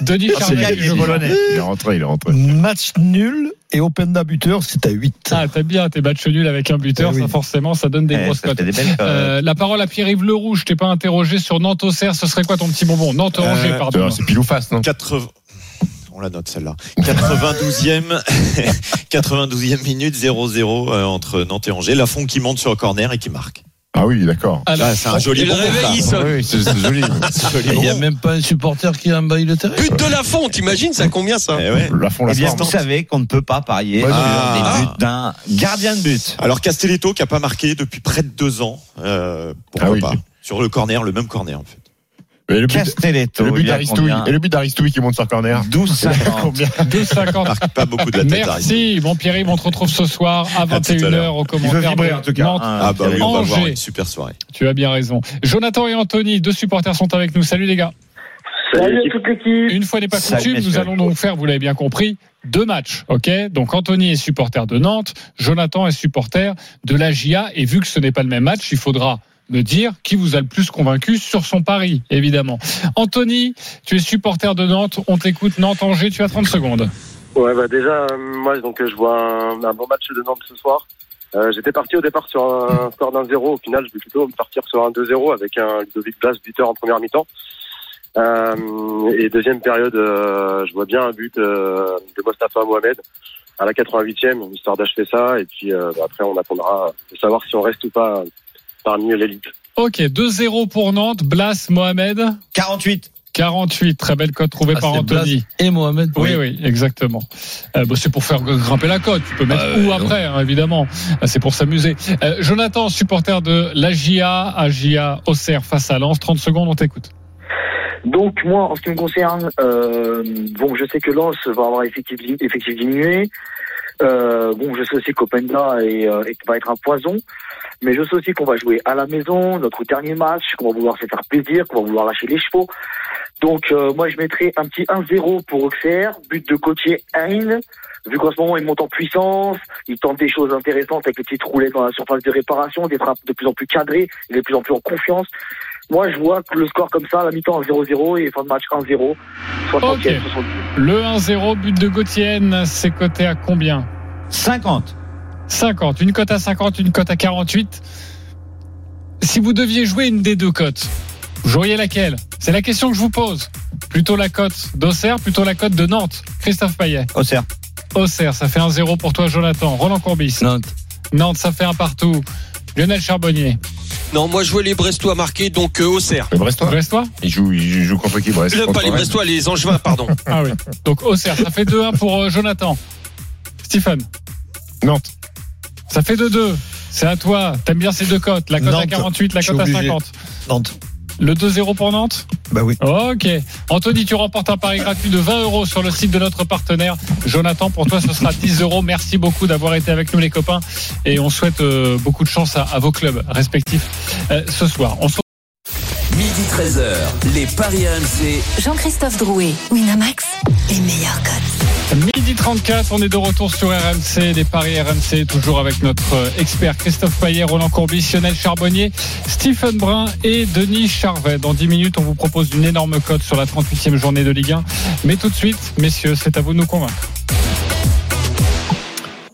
Denis
Ah, c'est
Charvet,
lui.
tu joues quoi
Il est rentré, il est rentré.
Match nul et Openda buteur, c'est à 8.
Ah, t'as bien tes matchs nuls avec un buteur,
Eh oui.
ça forcément, ça donne des
Eh,
grosses
ça
cotes.
fait des belles cotes.
Euh, la parole à Pierre-Yves Leroux, je t'ai pas interrogé sur Nantes-Auxerre, ce serait quoi ton petit bonbon Nantes-Angers,
Euh,
pardon.
C'est pile ou face, non
80... On la note celle-là. 92e, 92e minute, 0-0 euh, entre Nantes et Angers. Lafont qui monte sur le corner et qui marque.
Ah oui, d'accord.
Alors,
Ah, c'est un joli
Et le
bonbon,
réveil,
ça.
il sonne.
Oui, c'est c'est joli.
Ah [laughs] C'est un joli
Il n'y a
bonbon.
même pas un supporter qui emballe le terrain.
But de la fond, t'imagines, ça combien ça
Eh ouais.
La fond, la
Eh bien,
forme.
vous savez qu'on ne peut pas parier
Ouais,
sur
ah.
des buts d'un gardien de but.
Alors Castelletto qui a pas marqué depuis près de deux ans, euh, pourquoi
Ah oui.
pas Sur le corner, le même corner en fait.
Et le but,
Castelletto.
le but
il est à
d'Aristouille.
combien
Et le but d'Aristouille qui monte sur corner.
12,50.
[laughs] Combien
2,50.
Marque pas beaucoup de la tête. Harry.
[laughs] Merci, mon Pierre-Yves, on te retrouve ce soir à
À tout à
21h
l'heure.
au
Il veut
commentaire.
vibrer,
de
en tout cas. hein.
Nantes.
Hein,
Ah bah oui, on va
Angers.
voir une super soirée.
Tu as bien raison. Jonathan et Anthony, deux supporters sont avec nous. Salut les gars.
Salut à toute l'équipe.
Une fois n'est pas
Salut,
coutume, nous
messieurs.
allons donc faire, vous l'avez bien compris, deux matchs. Ok Donc Anthony est supporter de Nantes, Jonathan est supporter de la GIA. Et vu que ce n'est pas le même match, il faudra me dire qui vous a le plus convaincu sur son pari, évidemment. Anthony, tu es supporter de Nantes. On t'écoute. Nantes-Angers, tu as 30 secondes.
Ouais, bah déjà, euh, moi, donc, euh, je vois un, un bon match de Nantes ce soir. Euh, J'étais parti au départ sur un score d'un 0. Au final, je vais plutôt partir sur un 2-0 avec un Ludovic Blas buteur en première mi-temps. Euh, et deuxième période, euh, je vois bien un but euh, de Mostafa Mohamed à la 88e, histoire d'achever ça. Et puis euh, bah, après, on attendra de savoir si on reste ou pas parmi l'élite.
Ok, 2-0 pour Nantes. Blas, Mohamed,
48.
48. Très belle cote trouvée
Ah,
par
c'est
Anthony.
Et Mohamed
Oui, oui, exactement. Euh, bah, c'est pour faire grimper la cote. Tu peux mettre
Ah,
ou
ouais,
après, hein, évidemment. Ah, C'est pour s'amuser. Euh, Jonathan, supporter de l'AGIA, AGIA Auxerre face à Lens. 30 secondes, on t'écoute.
Donc moi, en ce qui me concerne, euh, bon, je sais que Lens va avoir effectif, effectif diminué. Euh, bon, je sais aussi qu'Openda est, euh, est- va être un poison, mais je sais aussi qu'on va jouer à la maison, notre dernier match, qu'on va vouloir se faire plaisir, qu'on va vouloir lâcher les chevaux. Donc euh, moi, je mettrais un petit 1-0 pour Auxerre, but de côtier Hein, vu qu'en ce moment, il monte en puissance, il tente des choses intéressantes avec les petites roulettes dans la surface de réparation, des frappes de plus en plus cadrées, il est de plus en plus en confiance. Moi, je vois que le score comme ça, la mi-temps 0-0 et fin de match 1-0, 75, 70.
Ok. Le 1-0, but de Gauthier, c'est coté à combien
50.
50. Une cote à 50, une cote à 48. Si vous deviez jouer une des deux cotes, vous joueriez laquelle C'est la question que je vous pose. Plutôt la cote d'Auxerre, plutôt la cote de Nantes. Christophe Payet.
Auxerre.
Auxerre, ça fait 1-0 pour toi, Jonathan. Roland Courbis.
Nantes.
Nantes, ça fait un partout. Lionel Charbonnier.
Non, moi je vois les Brestois marquer, donc euh, Auxerre.
Le Brestois
Brestois
il joue, il joue contre qui Brest
Euh,
contre
Pas les
Rennes
Brestois, les Angevins,
[laughs]
pardon.
Ah oui. Donc Auxerre, ça fait 2-1 pour euh, Jonathan. Stéphane,
Nantes.
ça fait 2-2. C'est à toi. T'aimes bien ces deux cotes. La cote à
Nantes.
48, la
Je suis
cote à
obligé.
50.
Nantes.
Le 2-0 pour Nantes
Bah oui.
Ok. Anthony, tu remportes un pari gratuit de 20 euros sur le site de notre partenaire. Jonathan, pour toi, ce sera 10 euros. Merci beaucoup d'avoir été avec nous, les copains. Et on souhaite euh, beaucoup de chance à, à vos clubs respectifs euh, ce soir. On se
Midi 13h, les Paris RMC.
Jean-Christophe Drouet, Winamax, les meilleurs codes.
Midi 34, on est de retour sur RMC, des paris RMC, toujours avec notre euh, expert Christophe Payet, Roland Courbis, Lionel Charbonnier, Stephen Brun et Denis Charvet. Dans 10 minutes, on vous propose une énorme cote sur la 38e journée de Ligue 1. Mais tout de suite, messieurs, c'est à vous de nous convaincre.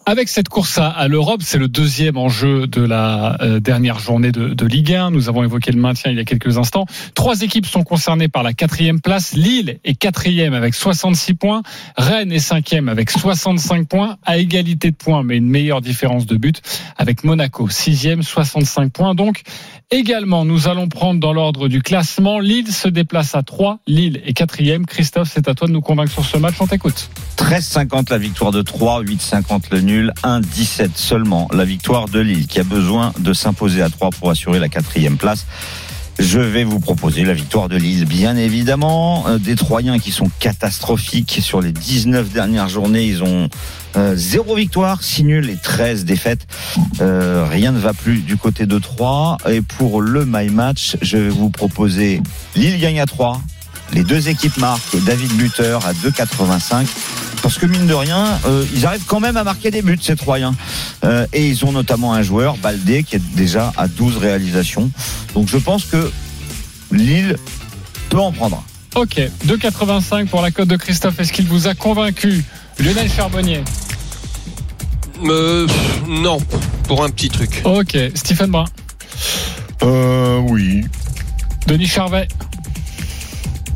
Avec cette course à, à l'Europe, c'est le deuxième enjeu de la euh, dernière journée de, de Ligue 1. Nous avons évoqué le maintien il y a quelques instants. Trois équipes sont concernées par la quatrième place. Lille est quatrième avec 66 points. Rennes est cinquième avec 65 points, à égalité de points, mais une meilleure différence de but avec Monaco, sixième, 65 points. Donc, également, nous allons prendre dans l'ordre du classement. Lille se déplace à 3, Lille est quatrième. Christophe, c'est à toi de nous convaincre sur ce match. On t'écoute.
13,50 la victoire de 3, 8,50 le nul, 1,17 seulement la victoire de Lille qui a besoin de s'imposer à 3 pour assurer la quatrième place. Je vais vous proposer la victoire de Lille, bien évidemment. Euh, Des Troyens qui sont catastrophiques sur les 19 dernières journées. Ils ont euh, 0 victoire, 6 nuls et 13 défaites. Euh, rien ne va plus du côté de 3. Et pour le My Match, je vais vous proposer Lille gagne à 3. Les deux équipes marquent David Buter à 2,85. Parce que mine de rien, euh, ils arrivent quand même à marquer des buts, ces Troyens. Euh, et ils ont notamment un joueur, Baldé, qui est déjà à 12 réalisations. Donc je pense que Lille peut en prendre.
Ok, 2,85 pour la cote de Christophe. Est-ce qu'il vous a convaincu Lionel Charbonnier.
Euh, pff, non, pour un petit truc.
Ok, Stephen Brun.
Euh, oui.
Denis Charvet.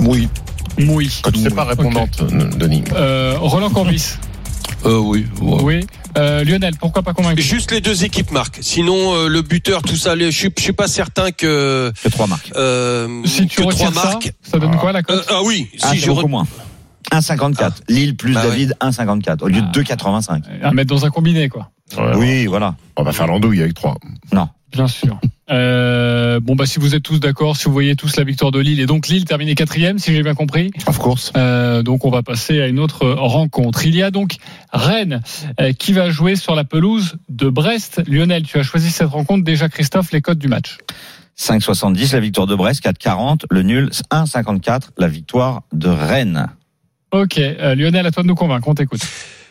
Oui.
Oui.
Quand tu sais pas répondante, euh, Denis.
Euh, Roland Corbis.
Euh, oui. ouais.
oui. Euh, Lionel, pourquoi pas convaincu
Juste les deux équipes marquent. Sinon, euh, le buteur, tout ça, les- je suis- je suis pas certain que
Que 3 marques.
euh,
Si tu
que trois
retires ça,
marques.
ça donne quoi la cote
Euh, ah oui,
Ah,
si
c'est
je
beaucoup
re-
moins. 1,54. Lille plus
Bah ouais. Ah.
David, 1,54. Au lieu de 2,85.
à mettre dans un combiné, quoi.
Ouais,
Oui, voilà.
On va faire l'andouille avec 3.
Bien sûr. [laughs] Euh, bon, bah, si vous êtes tous d'accord, si vous voyez tous la victoire de Lille, et donc Lille terminée quatrième, si j'ai bien compris,
Of course.
euh, donc on va passer à une autre rencontre. Il y a donc Rennes euh, qui va jouer sur la pelouse de Brest. Lionel, tu as choisi cette rencontre. Déjà, Christophe, les codes du match.
5,70 la victoire de Brest, 4,40 le nul, 1,54 la victoire de Rennes.
Ok, euh, Lionel, à toi de nous convaincre, on t'écoute.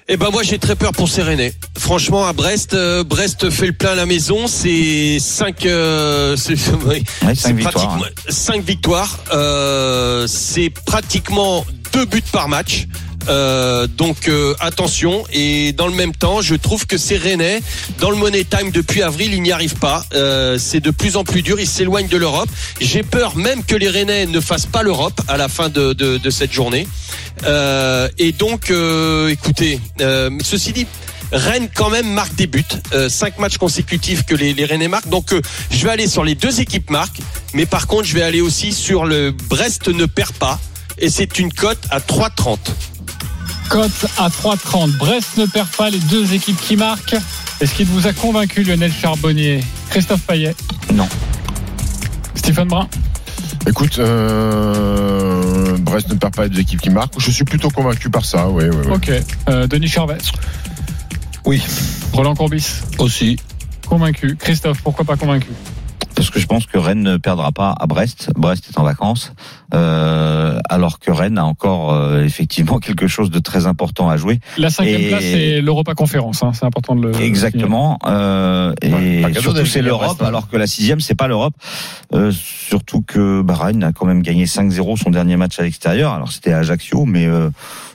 Eh ben moi j'ai très peur pour ces Rennais. Franchement à Brest, euh, Brest fait le plein à la maison, c'est 5 euh, c'est [laughs] ouais,
Ouais,
c'est
cinq victoires, hein.
pratiquement- cinq victoires. Euh, c'est pratiquement deux buts par match. Euh, donc euh, attention et dans le même temps je trouve que ces Rennais dans le Money Time depuis avril ils n'y arrivent pas Euh, c'est de plus en plus dur ils s'éloignent de l'Europe j'ai peur même que les Rennais ne fassent pas l'Europe à la fin de, de, de cette journée euh, et donc, euh, écoutez, euh, mais ceci dit, Rennes quand même marque des buts. Euh, cinq matchs consécutifs que les, les Rennais marquent. Donc, euh, je vais aller sur les deux équipes marques, mais par contre, je vais aller aussi sur le Brest ne perd pas. Et c'est une cote à 3,30.
Cote à 3,30. Brest ne perd pas les deux équipes qui marquent. Est-ce qu'il vous a convaincu, Lionel Charbonnier Christophe Payet
Non.
Stéphane Brun
Écoute, euh, Brest ne perd pas les deux équipes qui marquent. Je suis plutôt convaincu par ça. Ouais, ouais, ouais.
Ok. Euh, Denis Charvet
Oui.
Roland Courbis
Aussi.
Convaincu. Christophe, pourquoi pas convaincu
Parce que je pense que Rennes ne perdra pas à Brest. Brest est en vacances. Euh, alors que Rennes a encore euh, effectivement [laughs] quelque chose de très important à jouer.
La cinquième
Et-
place, c'est l'Europa Conférence. hein. C'est important de le.
Exactement. Euh,
Ouais,
et
pas cadeau
surtout
d'aller
c'est
gagner à
l'Europe,
Brest, hein.
alors que la sixième c'est pas l'Europe. Euh, surtout que Bahreïn a quand même gagné 5-0 son dernier match à l'extérieur. Alors c'était à Ajaccio, mais euh,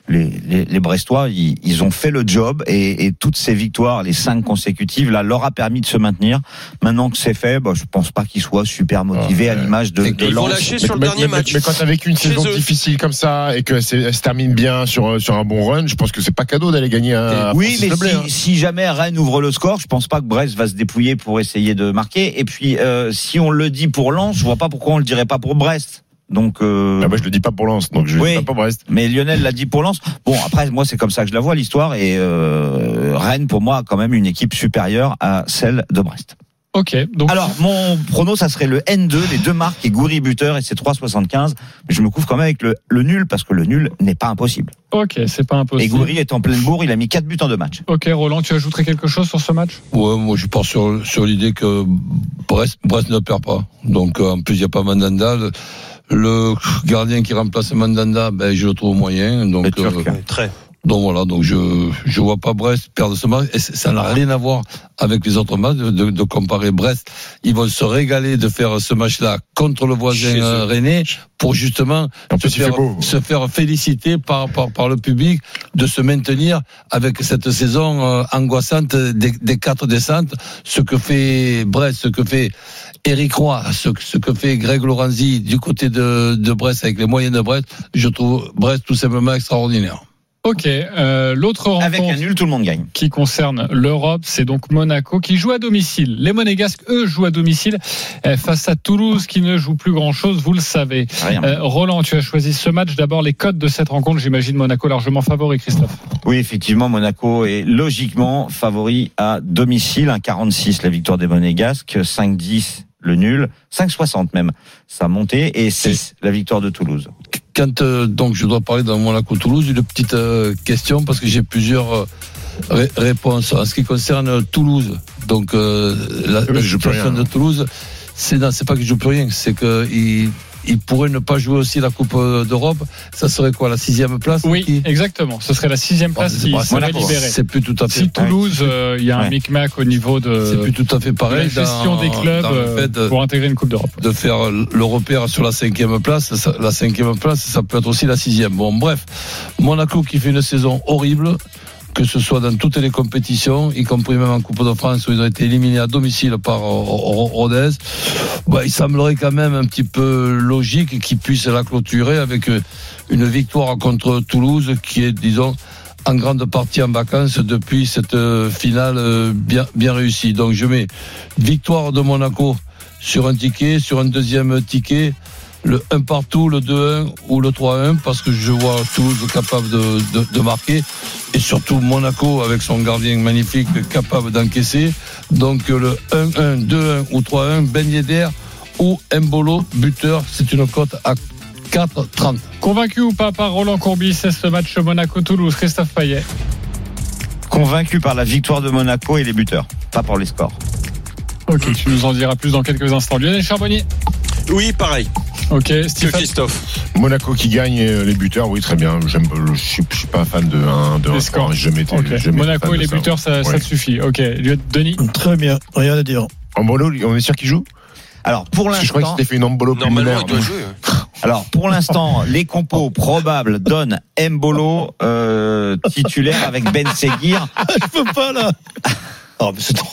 les, les, les Brestois ils, ils ont fait le job et, et toutes ces victoires, les cinq consécutives, là leur a permis de se maintenir. Maintenant que c'est fait, bah, je pense pas qu'ils soient super motivés
Ah,
à
ouais.
l'image de,
Et
de
ils vont
Lens.
lâcher sur le
mais,
dernier
mais-
match.
mais quand t'as vécu une
Chez
saison
eux.
difficile comme ça et que c'est- elle se termine bien sur, euh, sur un bon run, je pense que c'est pas cadeau d'aller gagner un. hein.
Oui, mais si, si jamais Rennes ouvre le score, je pense pas que Brest va se dépouiller pour essayer de marquer. Et puis, euh, si on le dit pour Lens, je vois pas pourquoi on le dirait pas pour Brest. Donc, euh,
Ah bah, je le dis pas pour Lens, donc je le
Oui.
dis pas pour Brest.
mais Lionel l'a dit pour Lens. Bon, après, moi, c'est comme ça que je la vois l'histoire. Et euh, Rennes, pour moi, a quand même une équipe supérieure à celle de Brest.
Ok. Donc,
Alors, mon prono, ça serait le N2, les deux marques et Goury buteur et c'est 3,75. Mais je me couvre quand même avec le, le nul parce que le nul n'est pas impossible.
ok, c'est pas
Et
impossible.
Goury est en pleine bourre. Il a mis quatre buts en deux matchs.
Ok, Roland, tu ajouterais quelque chose sur ce match
Ouais, moi je pars sur, sur l'idée que Brest, Brest ne perd pas. Donc euh, en plus il n'y a pas Mandanda. Le, le gardien qui remplace Mandanda, ben, je le trouve moyen.
Le
Donc,
Turc,
euh,
hein.
Très.
donc voilà, donc je je vois pas Brest perdre ce match. Et c- ça n'a rien à voir avec les autres matchs de, de comparer Brest. Ils vont se régaler de faire ce match-là contre le voisin
Chez eux.
euh, René pour justement
En
se
plus, il fait
faire,
beau.
se faire féliciter par, par, par le public de se maintenir avec cette saison euh, angoissante des, des quatre descentes. Ce que fait Brest, ce que fait Eric Roy, ce, que- ce que fait Greg Lorenzi du côté de, de Brest avec les moyens de Brest, je trouve Brest tout simplement extraordinaire.
Ok. euh, L'autre rencontre.
Avec un nul, tout le monde gagne.
qui concerne l'Europe, c'est donc Monaco qui joue à domicile. Les Monégasques, eux, jouent à domicile euh, face à Toulouse qui ne joue plus grand-chose, vous le savez.
Rien.
Euh, Roland, tu as choisi ce match. D'abord, les codes de cette rencontre. J'imagine Monaco largement favori, Christophe.
Oui, effectivement, Monaco est logiquement favori à domicile. 1,46 la victoire des Monégasques, 5,10 le nul, 5,60 même sa montée et 6 la victoire de Toulouse.
Quand euh, donc je dois parler d'un Monaco-Toulouse, une petite euh, question parce que j'ai plusieurs euh, ré- réponses. En ce qui concerne Toulouse, donc euh, la,
mais
la
je joue plus
situation
rien, hein.
de Toulouse, c'est non, c'est pas que je joue plus rien, c'est que il, il pourrait ne pas jouer aussi la Coupe euh, d'Europe. Ça serait quoi la sixième place
Oui,
qui- Ah,
exactement. Ce serait la sixième place
Oh, c'est
qui
pas-
serait
Monaco.
libérée.
C'est plus tout à fait. euh,
Si Toulouse, euh, il y a un
Ouais.
micmac au niveau
C'est
de,
plus tout à fait
de la
pareil.
gestion
dans-
des clubs
dans le
euh,
fait de-
pour intégrer une Coupe d'Europe.
de faire le repère sur la cinquième place. Ça- La cinquième place, ça peut être aussi la sixième. Bon, bref, Monaco qui fait une saison horrible, que ce soit dans toutes les compétitions, y compris même en Coupe de France où ils ont été éliminés à domicile par euh, Ro- Rodez. Bah, il semblerait quand même un petit peu logique qu'ils puissent la clôturer avec euh, une victoire contre Toulouse qui est, disons, en grande partie en vacances depuis cette euh, finale euh, bien, bien réussie. Donc je mets victoire de Monaco sur un ticket, sur un deuxième ticket, le 1 partout, le 2-1 ou le 3-1, parce que je vois Toulouse capable de, de- de marquer, et surtout Monaco avec son gardien magnifique capable d'encaisser. Donc euh, le 1-1, 2-1 ou 3-1, Ben Yedder ou Mbolo, buteur, c'est une cote à 4-30.
Convaincu ou pas par Roland Courbis, c'est ce match Monaco-Toulouse. Christophe Payet.
Convaincu par la victoire de Monaco et les buteurs, pas par les scores.
Ok, tu nous en diras plus dans quelques instants. Lionel Charbonnier
Oui, pareil.
Ok,
Que Christophe.
Monaco qui gagne euh, les buteurs, oui très bien. J'aime, je suis- je suis pas fan de 1, de
Les scores.
1 score. Je m'étais,
Ok. Monaco et les buteurs, ça, ça te suffit. Ok, Lieu- Denis
Très bien, rien à dire. [laughs]
En bolo, on est sûr qu'il joue
Alors pour
Parce que Je crois que
l'instant,
c'était fait une embolo
Normalement,
pulmonaire.
il doit jouer. hein.
alors pour l'instant, les compos probables donnent Mbolo euh, titulaire avec Ben Seguir
Je peux pas là. Oh, mais c'est trop.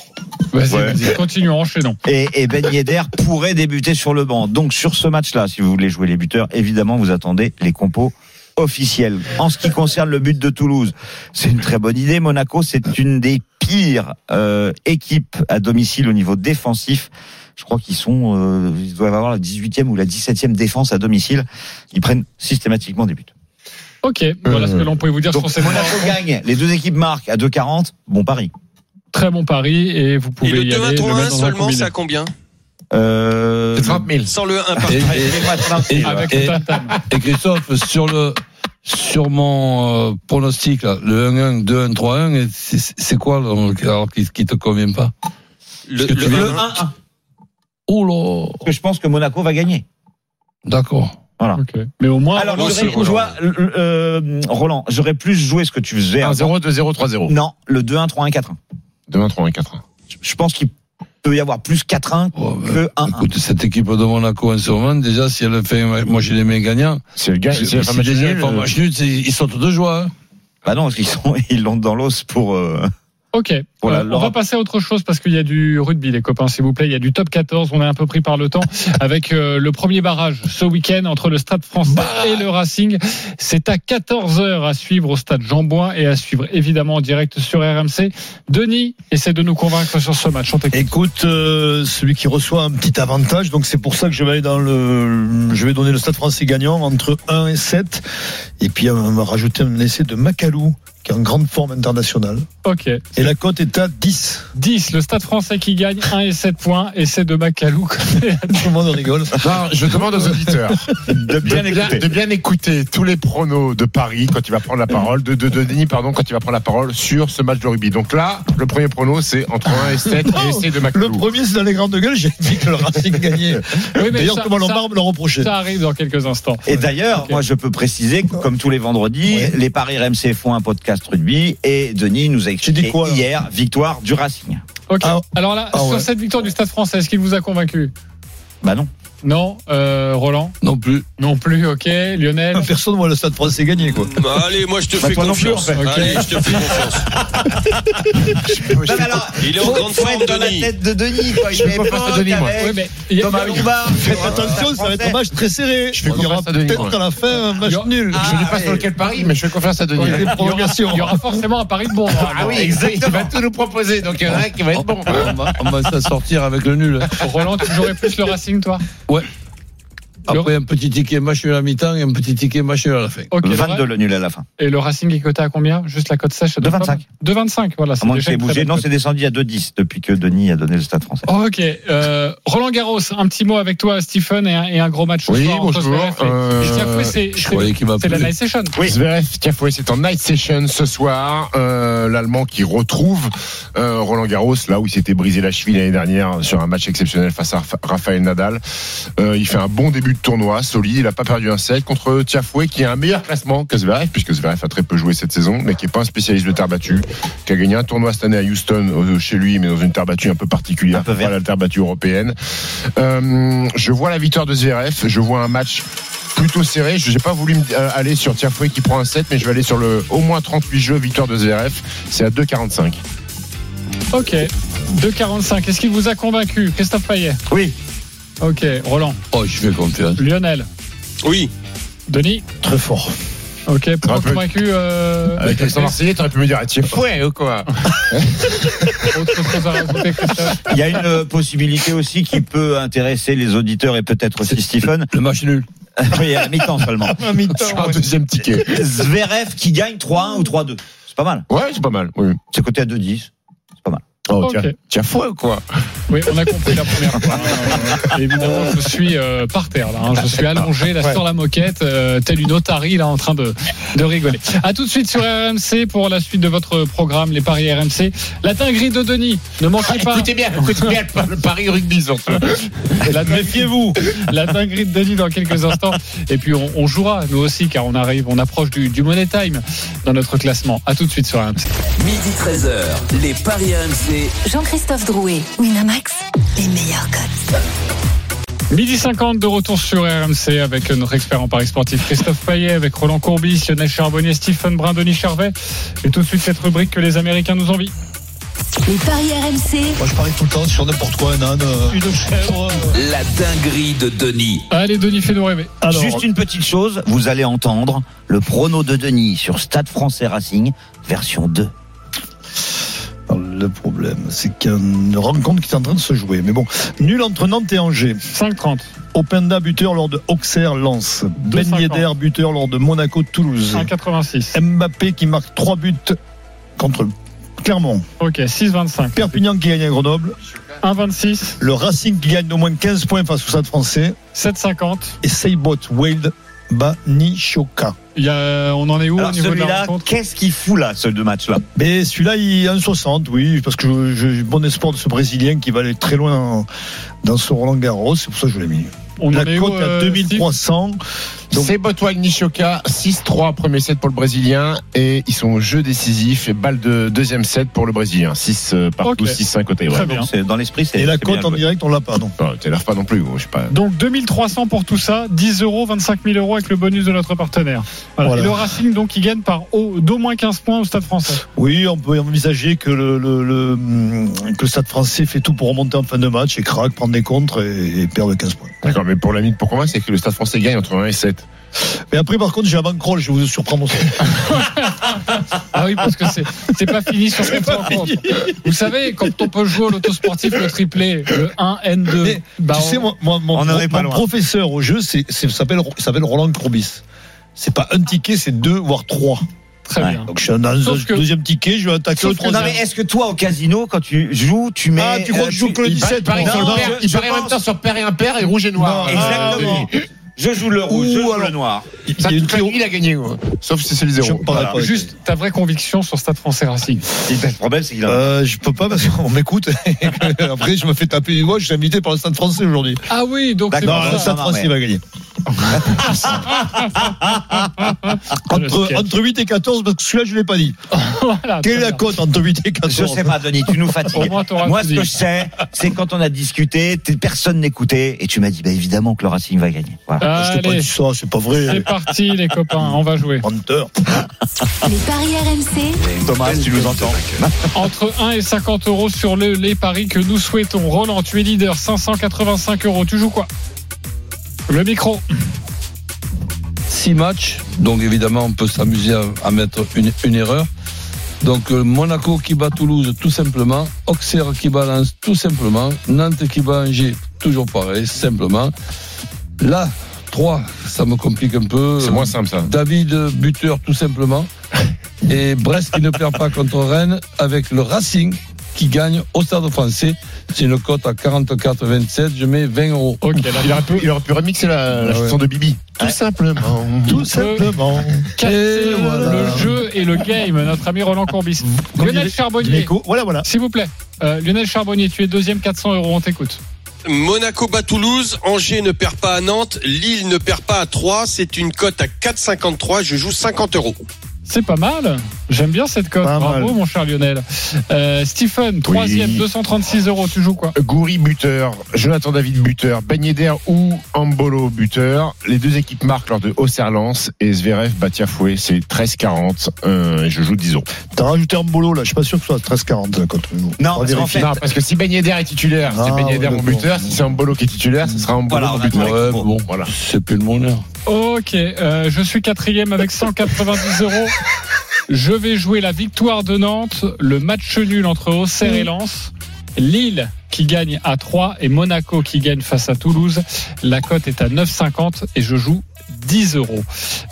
Vas-y,
Ouais.
vas-y, continue, enchaînons.
et, et Ben Yedder pourrait débuter sur le banc. Donc sur ce match-là, si vous voulez jouer les buteurs, évidemment vous attendez les compos officiels. En ce qui concerne le but de Toulouse, c'est une très bonne idée. Monaco, c'est une des pires euh, équipes à domicile au niveau défensif. Je crois qu'ils sont, euh, ils doivent avoir la 18e ou la 17e défense à domicile. Ils prennent systématiquement des buts.
Ok, voilà ce
Euh,
que l'on pouvait vous dire
Donc
sur cette
Monaco gagne, les deux équipes marquent à 2,40. Bon pari.
très bon pari et vous pouvez
Et le
y
2-1,
aller. le
3-1
mettre dans un
seulement,
combiné.
c'est à combien
Euh,
000.
Sans le 1 par
Et-
et-
Avec
Et-
le tam-tam.
Et Christophe, sur le sur mon euh, pronostic, là, le 1-1, 2-1, 3-1, et c'est c'est quoi là, alors, qui, qui te convient pas
Le,
Parce que tu
le
viens-
1.
Oh là
parce que je pense que Monaco va gagner.
D'accord.
Ah.
Ok. Mais au moins,
Alors,
Oh, Roland,
j'aurais-
c'est Roland.
joie- euh, euh, Roland, j'aurais plus joué ce que tu faisais. avant.
1-0, 2-0, 3-0.
Non, le 2-1, 3-1, 4-1.
Demain 3-1, 4-1.
Je- Je pense qu'il peut y avoir plus 4-1
Oh, bah,
que
Ah.
1-1.
écoute, cette équipe de Monaco en ce moment, déjà, si elle fait, moi j'ai les mains gagnants.
Si elle gagne,
Si
si
Ah,
elle fait un match
déjà elle
nul,
fait un
euh,
match nul, c'est- ils sont de joie. hein.
Bah non, parce qu'ils sont, [laughs] ils l'ont dans l'os pour. euh,
Ok.
Voilà,
Euh, on
Laura.
va passer à autre chose parce qu'il y a du rugby, les copains, s'il vous plaît. Il y a du top 14. On est un peu pris par
[laughs]
le temps avec euh, le premier barrage ce week-end entre le Stade français
Bah.
et le Racing. C'est à 14h à suivre au Stade Jean-Bouin et à suivre évidemment en direct sur RMC. Denis essaie de nous convaincre sur ce match. On t'écoute.
Écoute, euh, celui qui reçoit un petit avantage, donc c'est pour ça que je vais aller dans le, je vais donner le Stade Français gagnant entre 1 et 7, et puis on va rajouter un essai de Macalou qui est en grande forme internationale.
Ok.
Et la cote est à 10.
10. Le Stade français qui gagne 1 et 7 points et c'est de Macalou.
[laughs] Tout
[laughs]
le monde rigole.
Non, je demande aux auditeurs de bien, écouter. de bien écouter tous les pronos de Paris quand il va prendre la parole, de, de, de Denis, pardon, quand il va prendre la parole sur ce match de rugby. Donc là, le premier prono, c'est entre 1 et 7 et essai de
Le
Maclou.
premier, c'est dans les grandes gueules, j'ai dit que le Racing gagnait.
Oui, mais
D'ailleurs,
ça-
comment
ça-
Lombard me l'a reproché.
Ça arrive dans quelques instants.
Et d'ailleurs,
Ok.
moi je peux préciser que comme tous les vendredis,
Ouais.
les paris RMC font un podcast rugby et Denis nous a
dit
expliqué
quoi, là
hier victoire du Racing.
Ok.
Ah,
Alors là,
ah
sur
ouais.
cette victoire du Stade français, est-ce qu'il vous a convaincu
Bah non.
Non, euh, Roland
Non plus.
Non plus, ok. Lionel
Personne voit le Stade Français gagner, quoi.
Allez, moi je te
Bah,
fais
toi non plus,
confiance.
en fait. Ok.
Allez, je
[laughs]
te fais confiance. Il est en grande forme,
dans la
Denis.
tête de Denis. Quoi. Il est
pas face à
pote
Denis, moi.
avec
Oui, mais il y a-
Thomas
il y a-
Lombard.
Faites attention, ça va être un match très serré.
Je fais
Il y aura
confiance à Denis,
peut-être
ouais.
à la fin un match
Ah,
nul.
Je ne dis pas sur lequel Paris, mais je fais confiance à Denis.
Il y a des
il y aura-
prolongations.
il y aura forcément un pari de bon.
Ah oui, exactement. Il va tout nous proposer, donc il y en a un qui va être bon.
On va, on va s'en sortir avec le nul.
Roland, tu jouerais plus le Racing, toi
Après, un petit ticket match nul à mi-temps et un petit ticket match nul à la fin.
Ok. le
22
Ra-
le nul à la fin.
Et le Racing est coté à combien Juste la cote sèche ça
De
donne pas
25.
mal. De 25, voilà.
À
c'est
moins que
déjà
c'est
une
bougé.
très bonne
Non,
cote.
c'est descendu à 2,10 depuis que Denis a donné le stade français.
Ok. euh, Roland Garros, un petit mot avec toi, Stephen, et un, et un gros match. ce
Oui,
soir entre
bonjour.
Zverev et-
Euh,
et Tiafoué, c'est-
Je croyais
c'est
qu'il
la
m'appelait.
night session.
Oui. Zverev Tiafoe, c'est en night session ce soir. Euh, L'Allemand qui retrouve euh, Roland Garros, là où il s'était brisé la cheville l'année dernière sur un match exceptionnel face à Rafa- Rafael Nadal. Euh, il fait un bon début de tournoi, solide. Il n'a pas perdu un set contre Tiafoe, qui a un meilleur classement que Zverev, puisque Zverev a très peu joué cette saison, mais qui n'est pas un spécialiste de terre battue, qui a gagné un tournoi cette année à Houston, euh, chez lui, mais dans une terre battue un peu particulière,
Un peu
pas
verte.
la terre battue européenne. Euh, je vois la victoire de Zverev, je vois un match plutôt serré. Je n'ai pas voulu me- euh, aller sur Tiafoué qui prend un 7, mais je vais aller sur le au moins 38 jeux victoire de Zverev. C'est à 2,45.
Ok. 2,45. Est-ce qu'il vous a convaincu, Christophe Payet
Oui.
Ok. Roland,
Oh, je fais confiance.
Lionel,
Oui.
Denis
Très fort.
Ok, pourquoi
Un peu.
convaincu euh,
Avec l'accent marseillais, t'aurais pu me dire à Tiafoué ou [laughs] quoi
Autre chose à rajouter, Christophe
Il y a une euh, possibilité aussi qui peut intéresser les auditeurs et peut-être aussi Stephen. [laughs]
Le match nul.
Oui, à la mi-temps seulement.
Sur un deuxième ticket.
Zverev qui gagne 3-1 ou 3-2. C'est pas mal.
Ouais, c'est pas mal. Oui.
C'est côté à 2-10.
Oh,
Ok.
tiens, Tiafoué ou quoi
Oui, on a compris la première fois. hein. Évidemment, je suis euh, par terre là. hein. Je
Ah,
suis allongé là sur la moquette, euh, telle une otarie là en train de, de rigoler. À tout de suite sur RMC pour la suite de votre programme, les paris RMC. La dinguerie de Denis. Ne
Ah,
manquez pas.
Écoutez bien, écoutez bien le par- le pari rugby surtout.
La Méfiez-vous La dinguerie de Denis dans quelques instants. Et puis on, on jouera, nous aussi, car on arrive, on approche du, du Money Time dans notre classement. À tout de suite sur RMC.
Midi 13h, les Paris RMC.
Jean-Christophe Drouet, Winamax, les meilleurs codes.
Midi 50 de retour sur RMC avec notre expert en Paris sportif Christophe Payet, avec Roland Courbis, Lionel Charbonnier, Stephen Brun, Denis Charvet. Et tout de suite cette rubrique que les Américains nous envient.
Les paris RMC,
Moi, je parie tout le temps sur n'importe quoi, un âne. euh,
Une chèvre.
La dinguerie de Denis.
Allez, Denis, fais-nous rêver.
Alors,
Juste une petite chose, vous allez entendre le prono de Denis sur Stade Français Racing, version 2.
le problème, c'est qu'il y a une rencontre qui est en train de se jouer. Mais bon, nul entre Nantes et Angers.
5-30,
Openda buteur lors de Auxerre-Lens. Ben
2,50.
Yedder buteur lors de Monaco-Toulouse.
1,86.
Mbappé qui marque 3 buts contre Clermont.
Ok, 6-25.
Perpignan qui gagne à Grenoble.
1,26,
Le Racing qui gagne au moins 15 points face au Stade français.
7,50.
Et Seibot, Wild, Banishoka.
Il y a- On en est où
Alors
au niveau de la
celui-là,
rencontre
qu'est-ce qu'il fout là, ce deux matchs-là
Mais celui-là, il est 1,60, oui, parce que je- j'ai bon espoir de ce Brésilien qui va aller très loin en- dans ce Roland Garros, c'est pour ça que je l'ai mis.
On
la
en est où,
cote est à
euh,
2300. Donc-
C'est Botwag Nishoka, 6-3, premier set pour le Brésilien. Et ils sont au jeu décisif et balle de deuxième set pour le Brésilien. 6 euh, partout,
Ok.
6-5 côté.
Très bien.
C'est- Dans l'esprit, c'est.
Et la
c'est bien
cote en
joué.
direct, on l'a pas, non
Oh, T'élèves pas non plus, gros, je sais pas.
Donc 2300 pour tout ça, 10 euros, 25 000 euros avec le bonus de notre partenaire. Voilà.
Voilà.
Et le Racing donc qui gagne par au- d'au moins 15 points au Stade Français.
Oui, on peut envisager que le, le- le- que le Stade français fait tout pour remonter en fin de match et craque, prendre des contres et, et perdre 15 points.
D'accord, mais pour la mythe, pour convaincre, c'est que le stade français gagne entre 1 et 7.
Mais après, par contre, j'ai un bankroll, je vais vous surprendre aussi.
Bah,
Ah oui, parce que c'est c'est pas fini [laughs] sur cette rencontre. Vous savez, quand on peut jouer au loto sportif, le triplé, le 1, N2,
Mais,
bah,
tu
on-
sais, moi, moi, mon,
on en
mon-
est pas
mon
loin.
professeur au jeu, c'est, c'est- s'appelle, s'appelle Roland Courbis. C'est pas un ticket, c'est deux, voire trois.
très
Ouais.
bien.
Donc je suis dans le
Sauf que-
deuxième ticket, je vais attaquer le
Sauf que- non,
troisième.
mais est-ce que toi, au casino, quand tu joues, tu mets. euh,
Ah, tu crois que je joue que le
Il
17
parie
moi.
sur
Non,
le père-
je-
il
je
parie en même
pense-
temps sur père et impair et rouge et noir.
Non,
Exactement. Ah, Je joue le rouge, je
Ou
joue
alors-
le noir.
Il
Ça,
y a une
toute la
théo-
ligne, il a gagné. gros. Sauf si c'est les
Je
zéros.
ne parlerai pas. avec
Juste ta vraie conviction sur Stade Français Racing.
ben, Le problème, c'est qu'il
elle.
a.
Euh, je peux pas parce qu'on [laughs] m'écoute. Après, je me fais taper du doigt. Je suis invité par le Stade français aujourd'hui.
Ah oui, donc c'est
D'accord,
pour
Non,
ça.
le
ça-
Stade
non,
français
mais-
va gagner.
Le
entre,
sketch.
entre 8 et 14, parce que celui-là, je ne l'ai pas dit.
Voilà, très
Quelle est la
bien.
cote entre 8 et 14
Je sais pas, Denis, tu nous
[laughs]
fatigues.
Au moins, t'auras
Moi,
tout
ce que
dit.
je sais, c'est quand on a discuté, t'es- personne n'écoutait, et tu m'as dit, bah, évidemment que le Racing va gagner. Voilà.
Ah.
Je t'ai pas
Allez,
dit ça, c'est pas vrai.
c'est parti les copains, on va jouer.
Menteur.
les paris RMC,
Thomas, tu nous entends.
Entre 1 et 50 euros sur le- les paris que nous souhaitons. Roland, tu es leader, 585 euros. Tu joues quoi Le micro.
6 matchs, donc évidemment on peut s'amuser à, à mettre une, une erreur. Donc euh, Monaco qui bat Toulouse tout simplement, Auxerre qui bat Lens tout simplement, Nantes qui bat Angers toujours pareil, simplement. Là, 3, ça me complique un peu.
C'est moins simple, ça.
David euh, buteur tout simplement. Et Brest qui ne perd pas contre Rennes avec le Racing qui gagne au Stade français. C'est une cote à 44-27, je mets 20 euros.
Ok, là,
Il aurait pu, il aurait pu remixer la, la
Ah ouais.
chanson de Bibi. Tout simplement.
Tout simplement.
casser
Et voilà.
le jeu et le game, notre ami Roland Courbis. Lionel Charbonnier,
Nico, Voilà, voilà.
s'il vous plaît. Euh, Lionel Charbonnier, tu es deuxième, 400 euros, on t'écoute.
Monaco bat Toulouse, Angers ne perd pas à Nantes, Lille ne perd pas à 3, c'est une cote à 4,53, je joue 50 euros.
C'est pas mal. J'aime bien cette cote.
Pas
Bravo,
mal.
mon cher Lionel. Euh, Stephen, troisième, 236 euros. Tu joues quoi
Goury buteur, Jonathan David buteur, Ben Yedder ou Ambolo buteur. Les deux équipes marquent lors de Auxerre-Lens et Zverev Batiafoué, c'est 13-40. Euh, et je joue 10 euros.
T'as rajouté un boulot là, je suis pas sûr que ce soit 13-40 la cote.
Non,
On va
parce qu'en
vérifier.
fait,
Non, parce que si Ben Yedder est titulaire, c'est
Ah,
Ben Yedder
ouais,
mon
d'accord.
buteur. Si c'est Ambolo qui est titulaire, ce sera Ambolo
Voilà,
mon
on a
buteur.
trouvé.
Ouais,
Bon.
bon,
Voilà.
c'est plus de mon heure.
Ok, euh, je suis quatrième avec 190 euros. Je vais jouer la victoire de Nantes, le match nul entre Auxerre et Lens, Lille qui gagne à 3 et Monaco qui gagne face à Toulouse. La cote est à 9,50 et je joue 10 euros.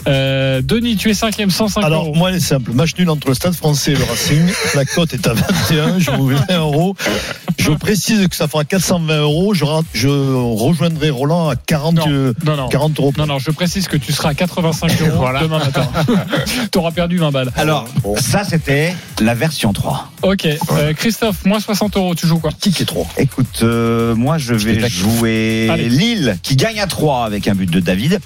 Euh, Denis, tu es cinquième, 105
Alors,
euros.
moi, elle est simple. Match nul entre le Stade français et le Racing. La cote est à [laughs] 21. Je vous mets 20 euros. Je précise que ça fera 420 euros. Je, ra- je rejoindrai Roland à 40, euh,
Non, non.
40 euros.
Non, non, je précise que tu seras à 85 euros demain matin. T'auras perdu 20 balles.
Alors, ça c'était la version 3.
Ok, euh, Christophe, moins 60 euros, tu joues quoi
Qui est 3
Écoute, euh, moi je vais jouer
Allez.
Lille qui gagne à 3 avec un but de David.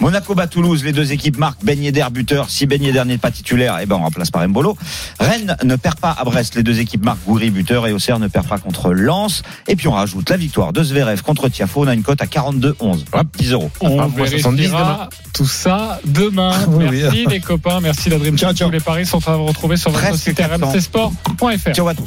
Monaco bat Toulouse, les deux équipes marquent Ben Yedder buteur. Si Ben Yedder n'est pas titulaire, eh ben on remplace par Mbolo. Rennes ne perd pas à Brest, les deux équipes marquent Goury buteur et Auxerre ne perd pas contre Lens. Et puis on rajoute la victoire de Zverev contre Tiafo, on a une cote à 42-11.
Hop.
10 euros.
On
Ah, moins 70
vérifiera
demain.
tout ça demain.
Ah Oui, oui.
merci les copains, merci la Dream Team. Tous les paris sont à retrouver sur votre
Presque
site
400.
rmcsport.fr.
Ciao à tous.